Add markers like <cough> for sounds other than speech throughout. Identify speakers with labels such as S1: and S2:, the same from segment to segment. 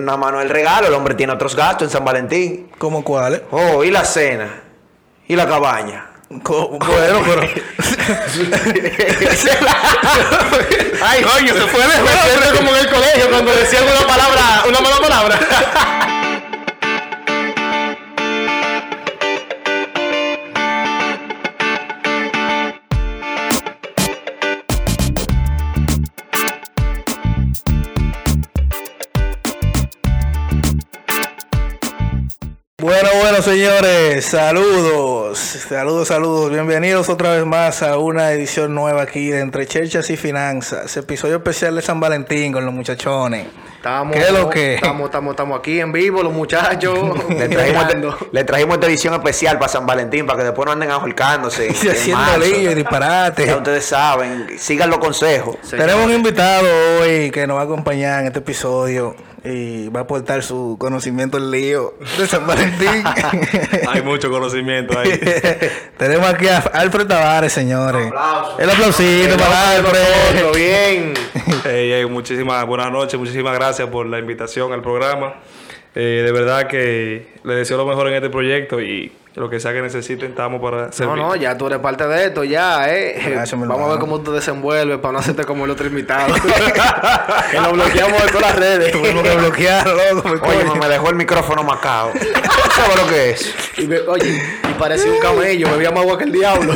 S1: una mano el regalo, el hombre tiene otros gastos en San Valentín.
S2: ¿Cómo cuáles?
S1: Oh, y la cena, y la cabaña.
S2: Co- Bueno,
S1: <laughs>
S2: pero.
S3: Ay, coño, se fue de juego. Siento como en el colegio cuando decían una palabra, una mala palabra.
S2: <laughs> Bueno, bueno, señores, saludos, saludos, saludos. Bienvenidos otra vez más a una edición nueva aquí de Entre Cherchas y Finanzas. Episodio especial de San Valentín con los muchachones.
S3: Estamos,
S2: ¿Qué es lo que?
S3: Estamos, estamos, estamos aquí en vivo, los muchachos.
S2: <laughs>
S1: Le trajimos,
S3: bailando.
S1: le trajimos esta edición especial para San Valentín, para que después no anden ahorcándose.
S2: Y haciendo lío y disparate.
S1: Ya ustedes saben, sigan los consejos.
S3: Señores.
S2: Tenemos un invitado hoy que nos va a acompañar en este episodio y va a aportar su conocimiento al lío de San <laughs> Valentín.
S3: Hay mucho
S2: <laughs>
S3: conocimiento ahí.
S2: Tenemos aquí a Alfred Tavares, señores. El aplausito para Alfred. <laughs>
S3: Nosotros, bien.
S4: Ey, ey, muchísimas buenas noches, muchísimas gracias por la invitación al programa. Eh, de verdad que le deseo lo mejor en este proyecto y lo que sea que necesiten, estamos para
S3: No,
S4: servir.
S3: no, ya tú eres parte de esto, ya, eh.
S2: Gracias, mi
S3: Vamos a ver
S2: hermano.
S3: cómo tú te desenvuelves para no hacerte como el
S2: <laughs>
S3: otro invitado. que lo bloqueamos de todas las redes.
S2: Tuvimos que bloquear, loco. mi
S1: Oye,
S2: coño.
S1: me dejó el micrófono
S3: <laughs>
S1: macao. ¿Tú ¿Sabes lo que es?
S3: Y me- oye, y parecía un camello, bebía más agua que el diablo.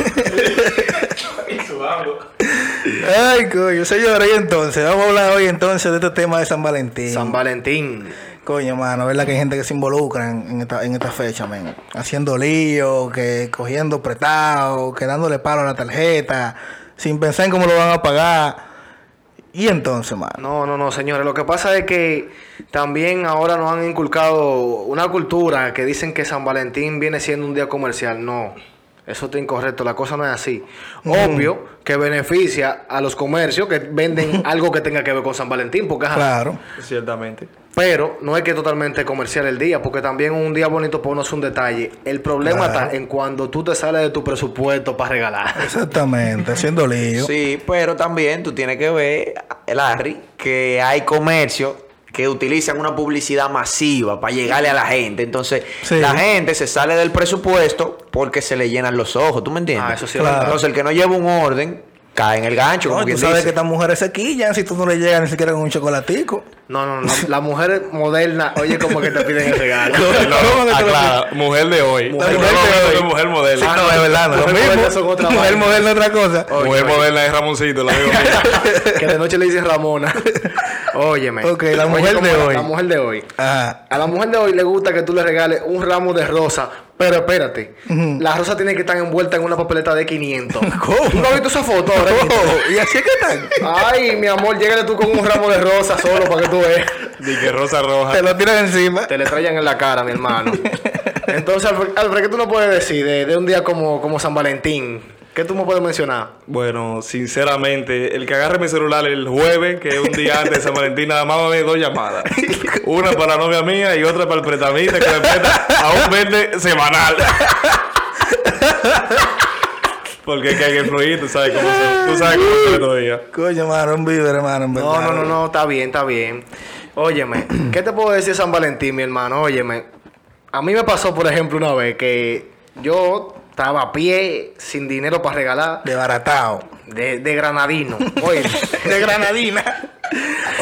S2: Ay, coño, señores, y entonces, vamos a hablar hoy entonces de este tema de San Valentín.
S3: San Valentín.
S2: Coño, mano, verdad que hay gente que se involucra en, en esta, en esta fecha, men. Haciendo lío, que cogiendo prestado, que dándole palo a la tarjeta, sin pensar en cómo lo van a pagar. Y entonces, mano.
S3: No, no, no, señores. Lo que pasa es que también ahora nos han inculcado una cultura que dicen que San Valentín viene siendo un día comercial. No, eso está incorrecto. La cosa no es así.
S2: Mm.
S3: Obvio que beneficia a los comercios que
S2: <laughs>
S3: venden algo que tenga que ver con San Valentín, porque ajá,
S2: Claro. <laughs>
S4: Ciertamente.
S3: Pero no es que totalmente comercial el día, porque también un día bonito para uno es un detalle. El problema
S2: Claro.
S3: está en cuando tú te sales de tu presupuesto para regalar.
S2: Exactamente, haciendo lío.
S1: Sí, pero también tú tienes que ver, Larry, que hay comercios que utilizan una publicidad masiva para llegarle a la gente. Entonces,
S2: Sí.
S1: la gente se sale del presupuesto porque se le llenan los ojos, ¿tú me entiendes?
S3: Ah, eso sí
S2: es verdad.
S1: Entonces, el que no lleva un orden cae en el gancho,
S2: No,
S1: como
S2: y
S1: quien
S2: tú sabes que
S1: dice.
S2: estas mujeres se quillan si tú no le llegas ni siquiera con un chocolatico.
S3: No, no, no. Las mujeres modernas, oye, como que te piden el
S2: <laughs>
S3: regalo. <laughs>
S2: ¿Cómo que te lo-
S4: Aclara, mujer de hoy.
S2: Mujer
S4: Mujer,
S2: de hoy.
S4: mujer moderna.
S2: Ah, no, es verdad, no.
S3: Los
S2: Lo
S3: recuerdos
S2: mismo. <laughs>
S3: son otra
S2: Mujer
S3: vaina.
S2: moderna, otra cosa.
S4: mujer moderna es Ramoncito, la amigo mío.
S3: <laughs> que de noche le dicen Ramona. <laughs> Óyeme.
S2: Ok, la
S3: Oye,
S2: mujer
S3: ¿cómo
S2: de
S3: era?
S2: hoy.
S3: La mujer de hoy.
S2: Ajá.
S3: A la mujer de hoy le gusta que tú le regales un ramo de rosa. Pero espérate, las rosas tienen que estar envueltas en una papeleta de 500.
S2: <laughs> ¿Cómo?
S3: ¿Tú no has visto esa foto ahora?
S2: Oh, y así es que están.
S3: Ay, mi amor, llégale tú con un ramo de rosa solo para que tú veas.
S4: Di que Rosa Roja.
S2: Te lo tiran encima.
S3: Te le traían en la cara, mi hermano. Entonces, Alfred, Alfred, ¿qué tú nos puedes decir de, de un día como, como San Valentín? ¿Qué tú me puedes mencionar?
S4: Bueno, sinceramente, el que agarre mi celular el jueves, que es un día antes de San Valentín, nada más va a haber dos llamadas. Una para la novia mía y otra para el pretamista, que me presta a un vende semanal. Porque es que hay que fluir, tú sabes cómo se, tú sabes cómo se ve todavía.
S2: Coño, hermano, un viver, hermano. en
S3: No,
S2: verdad.
S3: no, no, no, está bien, está bien. Óyeme, ¿qué te puedo decir de San Valentín, mi hermano? Óyeme, a mí me pasó, por ejemplo, una vez que yo estaba a pie, sin dinero para regalar,
S2: Desbaratado.
S3: de, de granadino. Oye, de granadina.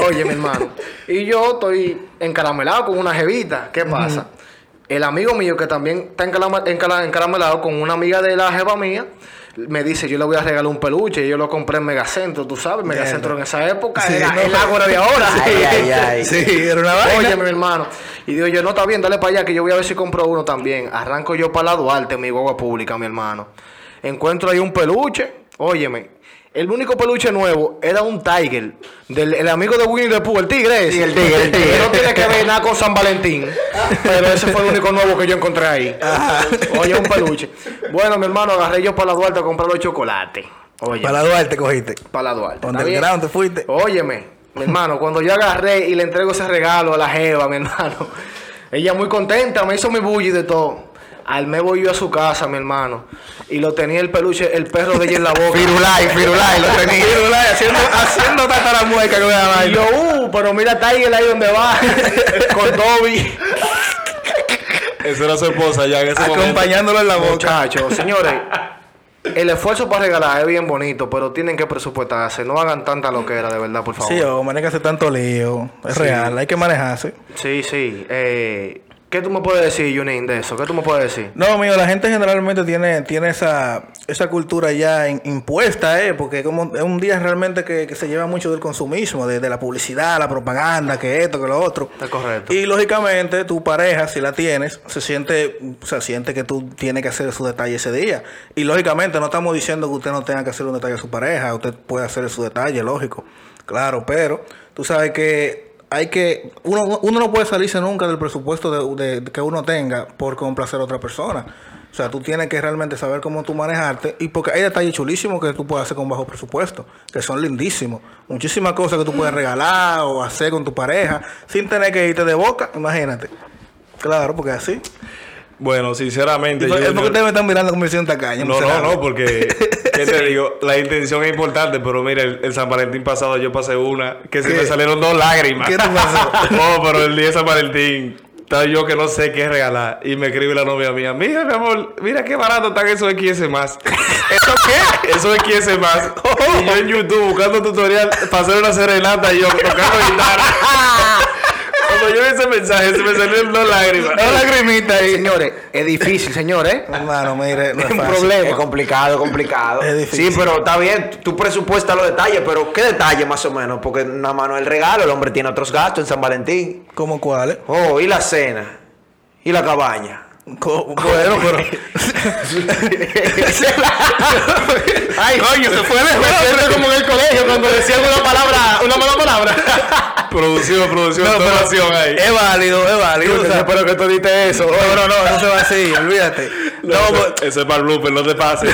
S3: Oye, mi hermano. Y yo estoy encaramelado con una jevita. ¿Qué pasa? El amigo mío, que también está encalama- encala- encaramelado con una amiga de la jeva mía, me dice, yo le voy a regalar un peluche. Y yo lo compré en Megacentro, tú sabes. Megacentro en esa época
S2: Sí,
S3: era
S2: no.
S3: el ágora de ahora.
S1: Ay, ay, ay.
S2: Sí, era una vaina.
S3: Oye, mi hermano. Y digo yo, no, está bien, dale para allá que yo voy a ver si compro uno también. Arranco yo para la Duarte, mi guagua pública, mi hermano. Encuentro ahí un peluche. Óyeme. El único peluche nuevo era un Tiger. Del el amigo de Winnie the Pooh, el tigre ese.
S1: Sí, el tigre, el tigre.
S3: Que No tiene que ver nada con San Valentín. Pero ese fue el único nuevo que yo encontré ahí. Oye, un peluche. Bueno, mi hermano, agarré yo para la Duarte a comprar los chocolates. Oye,
S2: Para la Duarte cogiste.
S3: para la Duarte. ¿está bien?
S2: Underground te fuiste.
S3: Óyeme, mi hermano, cuando yo agarré y le <laughs> entrego ese regalo a la Jeva, mi hermano, ella muy contenta, me hizo mi bully de todo. Al me voy yo a su casa, mi hermano. Y lo tenía el peluche, el perro de ella en la boca.
S1: Firulai, Firulai, lo
S3: <laughs>
S1: tenía.
S2: Firulai, haciendo, haciendo tataramueca que voy a
S3: Y
S2: dar.
S3: yo, uh, pero mira Tiger ahí donde va. <laughs> Con Toby.
S4: Esa era su esposa ya en ese momento.
S2: Acompañándolo en la boca.
S3: Muchachos, señores, el esfuerzo para regalar es bien bonito, pero tienen que presupuestarse. No hagan tanta loquera, de verdad, por favor.
S2: Sí, o maneja hace tanto lío. Es real, hay que manejarse.
S3: Sí, sí. Eh, ¿Qué tú me puedes decir, Junín, de eso? ¿Qué tú me puedes decir?
S2: No, amigo, la gente generalmente tiene, tiene esa, esa cultura ya in- impuesta, ¿eh? Porque como es un día realmente que, que se lleva mucho del consumismo, de, de la publicidad, la propaganda, que esto, que lo otro.
S3: Está correcto.
S2: Y lógicamente tu pareja, si la tienes, se siente, se siente que tú tienes que hacer su detalle ese día. Y lógicamente no estamos diciendo que usted no tenga que hacer un detalle a su pareja, usted puede hacer su detalle, lógico. Claro, pero tú sabes que hay que, uno, uno no puede salirse nunca del presupuesto de, de- que uno tenga por complacer a otra persona. O sea, tú tienes que realmente saber cómo tú manejarte y porque hay detalles chulísimos que tú puedes hacer con bajo presupuesto, que son lindísimos. Muchísimas cosas que tú puedes regalar o hacer con tu pareja sin tener que irte de boca, imagínate. Claro, porque así.
S4: Bueno, sinceramente.
S2: ¿Y por-
S4: yo-
S2: es porque
S4: yo-
S2: ustedes me están mirando como diciendo tacaño.
S4: No, no,
S2: miserable.
S4: no,
S2: <laughs>
S4: porque, ¿qué te digo? La intención es importante, pero mira, el, el San Valentín pasado yo pasé una que se
S2: ¿Qué?
S4: me salieron dos lágrimas.
S2: ¿Qué te
S4: <laughs>
S2: pasó?
S4: oh, pero el día de San Valentín, estaba yo que no sé qué regalar. Y me escribe la novia mía, mira, mi amor, mira qué barato están esos XS
S2: <laughs>
S4: más. ¿Eso qué? Eso XS más.
S2: Oh.
S4: Y yo en YouTube buscando tutorial para hacer una serenata y yo tocando guitarra.
S2: <laughs>
S4: Cuando yo vi ese mensaje, se me salieron dos lágrimas.
S2: Una lagrimita ahí.
S3: Señores, es difícil, señores.
S2: Hermano, mire,
S4: <laughs>
S2: no es
S3: Un
S2: fácil.
S3: problema.
S1: Ah, Es complicado, complicado.
S2: <laughs> Es difícil.
S1: sí, pero está bien, tú presupuestas los detalles, pero ¿qué detalle más o menos? Porque nada más no es el regalo, el hombre tiene otros gastos en San Valentín.
S2: ¿Cómo cuáles?
S1: Oh, y la cena, y la cabaña.
S2: Co- Bueno, pero. <laughs>
S4: Ay, coño, se fue lejos. como en el colegio cuando decían una palabra, una mala palabra. <laughs> eh, Producción, producción,
S2: No, pero-
S4: producción ahí.
S2: Es válido, es válido. o sea,
S4: espero que tú diste eso.
S2: no, no, no, no se va así, olvídate. No,
S4: <laughs> No,
S2: pues-
S4: eso, eso es para el blooper, no te <laughs> pases.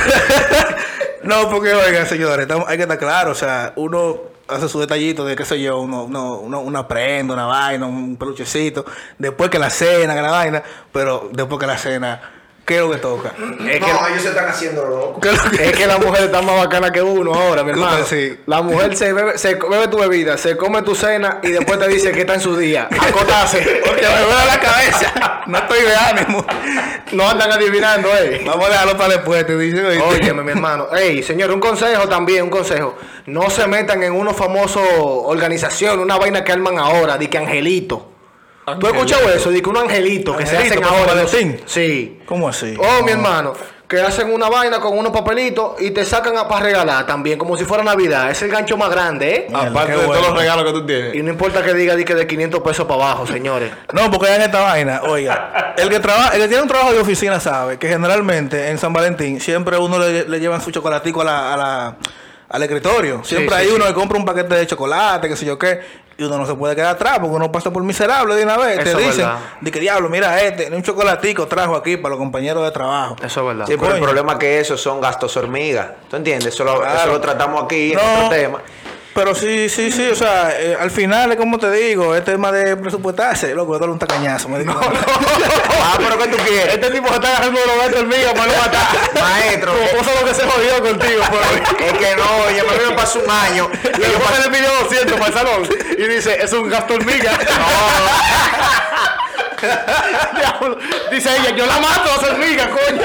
S2: No, porque oigan, señores, estamos- hay que estar claro, o sea, uno hace su detallito de qué sé yo, uno, uno- uno- una prenda, una vaina, un peluchecito, después que la cena, que la vaina, pero después que la cena, ¿qué es lo que toca?
S3: <laughs> Es que,
S1: ellos se están haciendo locos.
S2: ¿Qué es lo que-
S3: <laughs> es que la mujer está más bacana que uno ahora, mi hermano.
S2: Sí.
S3: La mujer se bebe, se bebe tu bebida, se come tu cena y después te dice que está en su
S2: <laughs>
S3: día. Acotase.
S2: Porque me duele la cabeza, no estoy de ánimo.
S3: No andan adivinando, eh.
S2: Vamos a dejarlo para después, te dice. oíste.
S3: Óyeme, mi hermano. Ey, señor, un consejo también, un consejo. No se metan en unos famosos organización, una vaina que arman ahora, de que angelito. ¿Tú has escuchado eso? De que un angelito, que se
S2: Angelito,
S3: hacen
S2: por San
S3: ahora. los-
S2: Valentín.
S3: Sí.
S2: ¿Cómo así?
S3: Oh, mi hermano, que hacen una vaina con unos papelitos y te sacan a para regalar también, como si fuera Navidad. Es el gancho más grande, ¿eh?
S2: Mierda,
S4: Aparte
S2: qué
S4: de
S2: bueno.
S4: todos los regalos que tú tienes.
S3: Y no importa que diga di que de 500 pesos para abajo, señores.
S2: No, porque en esta vaina, oiga, el que trabaja, el que tiene un trabajo de oficina sabe que generalmente en San Valentín siempre uno le, le llevan su chocolatico a la, a la- al escritorio. Siempre
S3: sí,
S2: hay
S3: sí.
S2: uno que compra un paquete de chocolate, qué sé yo qué, y uno no se puede quedar atrás porque uno pasa por miserable de una vez.
S3: Eso
S2: te
S3: es
S2: dicen,
S3: verdad.
S2: de que diablo, mira este, un chocolatico trajo aquí para los compañeros de trabajo.
S3: Eso es verdad.
S1: Sí, pero el
S2: Coño.
S1: problema es que esos son gastos hormigas. ¿Tú entiendes? Eso lo,
S2: Claro.
S1: eso lo tratamos aquí en otro tema.
S2: Pero sí, sí, sí, o sea, eh, al final es como te digo, es tema de presupuestarse, loco, voy a darle un tacañazo. Me digo, <laughs>
S1: ah, pero ¿qué tú quieres? Este tipo se está agarrando los gastos hormigas para no matar. Maestro.
S4: lo que se jodió contigo,
S1: Es que no, oye, me vino pasó un año. Y yo pasé
S4: le pidió 200 para el salón y dice, es un
S1: <laughs>
S4: gasto hormiga.
S3: Dice ella, yo la mato a hormigas, coño.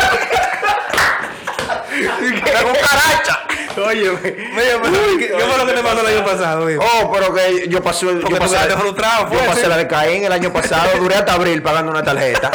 S1: la cucaracha.
S3: Óyeme.
S2: Mira, pero, ¿qué, qué fue lo que te pasó el año pasado? digo?
S1: <laughs> Oh, pero que yo pasé, yo
S2: Porque tú
S1: pasé,
S2: quedaste frustrado, fue,
S1: yo pasé
S2: sí.
S1: la de Caín el año pasado, duré hasta abril pagando una
S2: <laughs>
S1: tarjeta.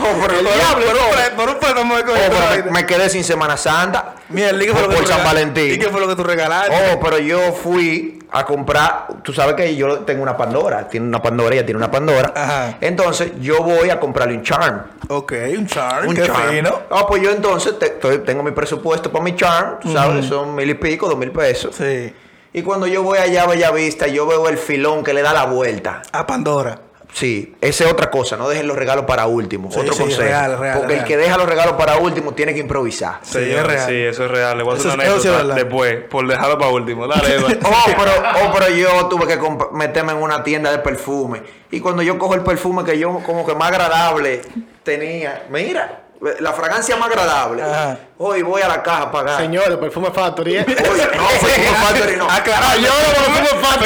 S1: Oh, pero el diablo,
S2: Por
S1: bro.
S2: un pre- por un préstamo de
S1: Oh,
S2: coger toda la
S1: pero me,
S2: vaina.
S1: me quedé sin Semana Santa.
S2: Mierda, ¿y qué
S1: por-
S2: fue lo que
S1: por
S2: tú
S1: San
S2: regalaste?
S1: Valentín.
S2: ¿Y qué fue lo que tú regalaste?
S1: Oh, pero yo fui a comprar. Tú sabes que yo tengo una Pandora. Tiene una Pandora, ella tiene una Pandora.
S2: Ajá.
S1: Entonces, yo voy a comprarle un charm.
S2: Ok, un charm.
S1: Un
S2: qué
S1: charm.
S2: fino.
S1: Ah, pues yo entonces te- estoy- tengo mi presupuesto para mi charm. tú ¿Sabes? Son mil y pico, dos mil pesos.
S2: Sí.
S1: Y cuando yo voy allá a Bellavista, yo veo el filón que le da la vuelta.
S2: A Pandora.
S1: Sí, esa es otra cosa, no dejen los regalos para último.
S2: Sí,
S1: Otro
S2: sí,
S1: consejo.
S2: real, real,
S1: Porque
S2: real.
S1: el que deja los regalos para último tiene que improvisar.
S2: Sí, es
S4: Señores,
S2: real.
S4: sí, eso es real. Le voy a hacer
S2: Eso
S4: una
S2: es- eso sí es
S4: anécdota
S2: verdad.
S4: después, por dejarlo para último. <laughs> Dale, Eduardo.
S1: Oh pero, oh, pero yo tuve que comp- meterme en una tienda de perfume. Y cuando yo cojo el perfume que yo como que más agradable tenía, mira, la fragancia más agradable.
S2: Ajá.
S1: Hoy voy a la caja a pagar.
S3: Señores, Perfume Factory. ¿eh?
S1: Hoy, no, Perfume Factory no.
S4: Aclarar, Ah, yo no me falta.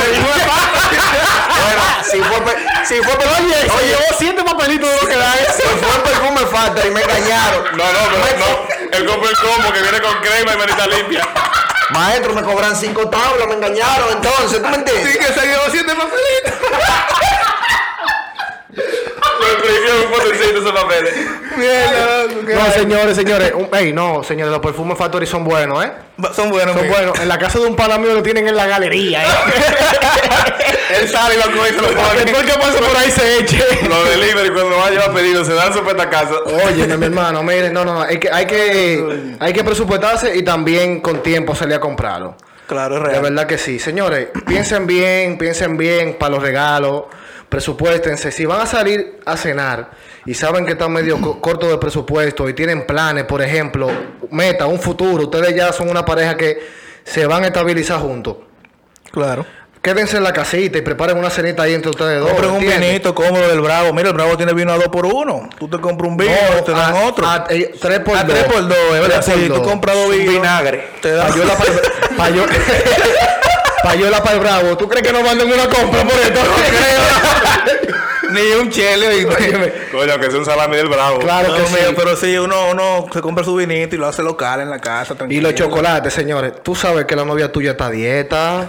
S1: Bueno, si fue, per- si fue per-
S3: pues, Se
S1: oye,
S3: llevó siete papelitos de lo que da.
S1: si fue perfume Factory, me engañaron.
S4: <laughs> No, no, pero no. Él compra el combo que viene con crema y manita limpia.
S1: Maestro, me cobran cinco tablas, me engañaron entonces, ¿tú me entiendes?
S4: que se llevó siete papelitos. Lo imprimió un potecito esos papeles.
S3: No, señores, señores. un- Ey, no, señores, los perfumes Factory son buenos, ¿eh?
S2: Son buenos,
S3: Son
S2: amigo.
S3: buenos. En la casa de un pana mío lo tienen en la <laughs> galería, ¿eh?
S4: Él sale y lo coge y se lo
S3: <laughs>
S4: pone.
S3: Después que pasa por ahí se eche.
S4: Los delivery cuando va a llevar pedido se dan su petacazo.
S3: Oye, mi hermano, miren, no, no, no, hay que, hay que, hay que presupuestarse y también con tiempo salir a comprarlo.
S2: Claro, es
S3: De
S2: real.
S3: verdad que sí. Señores, piensen bien, piensen bien para los regalos, presupuéstense. Si van a salir a cenar y saben que están medio co- cortos de presupuesto y tienen planes, por ejemplo, meta, un futuro, ustedes ya son una pareja que se van a estabilizar juntos.
S2: Claro.
S3: Quédense en la casita y preparen una cenita ahí entre ustedes dos.
S2: Compren un
S3: ¿entiendes?
S2: vinito cómodo del Bravo. Mira, el Bravo tiene vino a dos por uno. Tú te compras un vino,
S3: No,
S2: te dan
S3: a-
S2: otro.
S3: a- eh, tres por
S2: A
S3: dos.
S2: tres por dos, es verdad.
S3: Tres por
S2: Si tú
S3: dos.
S2: compras dos
S1: Un
S2: vinos,
S1: vinagre.
S2: te dan <laughs>
S3: Payola para payo, <laughs> Payola para el Bravo. ¿Tú crees que no manden una compra por esto?
S2: ni un chele.
S3: Óyeme,
S4: Coño, que es un salami del bravo.
S3: claro que
S2: No,
S3: sí.
S2: mío, pero sí, uno, uno se compra su vinito y lo hace local en la casa.
S3: Y
S2: Tranquilo.
S3: los chocolates, señores. Tú sabes que la novia tuya está a dieta.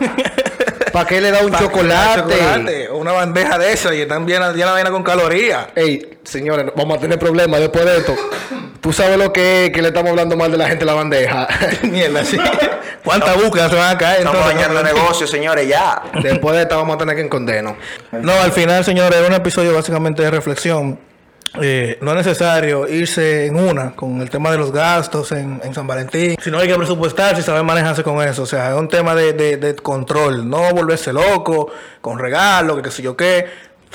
S3: ¿Para qué le da un
S2: Pa-
S3: chocolate?
S2: chocolate, Una bandeja de esas y están llenas llena de vaina con calorías.
S3: Ey, señores, vamos a tener problemas después de esto. Tú sabes lo que es que le estamos hablando mal de la gente en la bandeja.
S2: <laughs>
S3: <laughs>
S2: Mierda, sí. ¿Cuántas búsquedas se van a caer?
S1: Estamos
S2: entonces?
S1: dañando el negocio, señores, ya.
S3: después de esta vamos a tener que encondernos.
S2: No, al final, señores, es un episodio básicamente de reflexión. Eh, no es necesario irse en una con el tema de los gastos en, en San Valentín, sino hay que presupuestarse y saber manejarse con eso. O sea, es un tema de, de- de control, no volverse loco con regalos, que qué sé yo qué.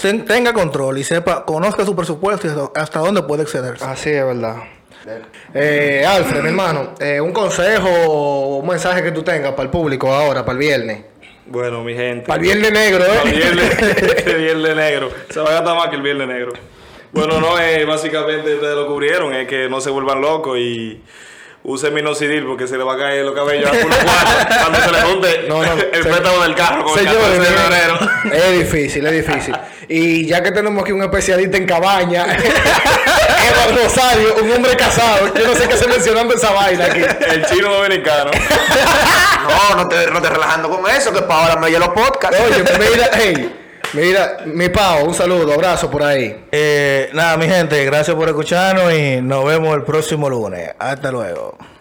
S2: Ten- tenga control y sepa, conozca su presupuesto y hasta, hasta dónde puede excederse.
S3: Así es, verdad. Eh, Alfred, mi hermano, eh, un consejo o un mensaje que tú tengas para el público ahora, para el viernes.
S4: Bueno, mi gente.
S3: Para el viernes negro, ¿eh?
S4: El
S3: <laughs>
S4: viernes, <laughs> este viernes negro. Se va a gastar más que el viernes negro. Bueno, no, eh, básicamente ustedes lo cubrieron. Es que no se vuelvan locos y usen minoxidil porque se le va a caer los cabellos a uno
S3: <laughs>
S4: cuatro cuando se le junte
S3: No, no,
S4: <laughs> el
S3: se-
S4: pétalo del
S3: <laughs>
S4: carro con el 14 de febrero.
S3: Señores, <laughs> es difícil, es difícil. Y ya que tenemos aquí un especialista en cabaña, <laughs> Evan Rosario, un hombre casado, yo no sé qué se mencionando esa vaina aquí.
S4: El chino dominicano.
S1: No, no te, no te relajando con eso, que para ahora me oye los podcasts.
S3: Oye, mira, hey, mira, mi Pau, un saludo, abrazo por ahí.
S2: Eh, nada, mi gente, gracias por escucharnos y nos vemos el próximo lunes. Hasta luego.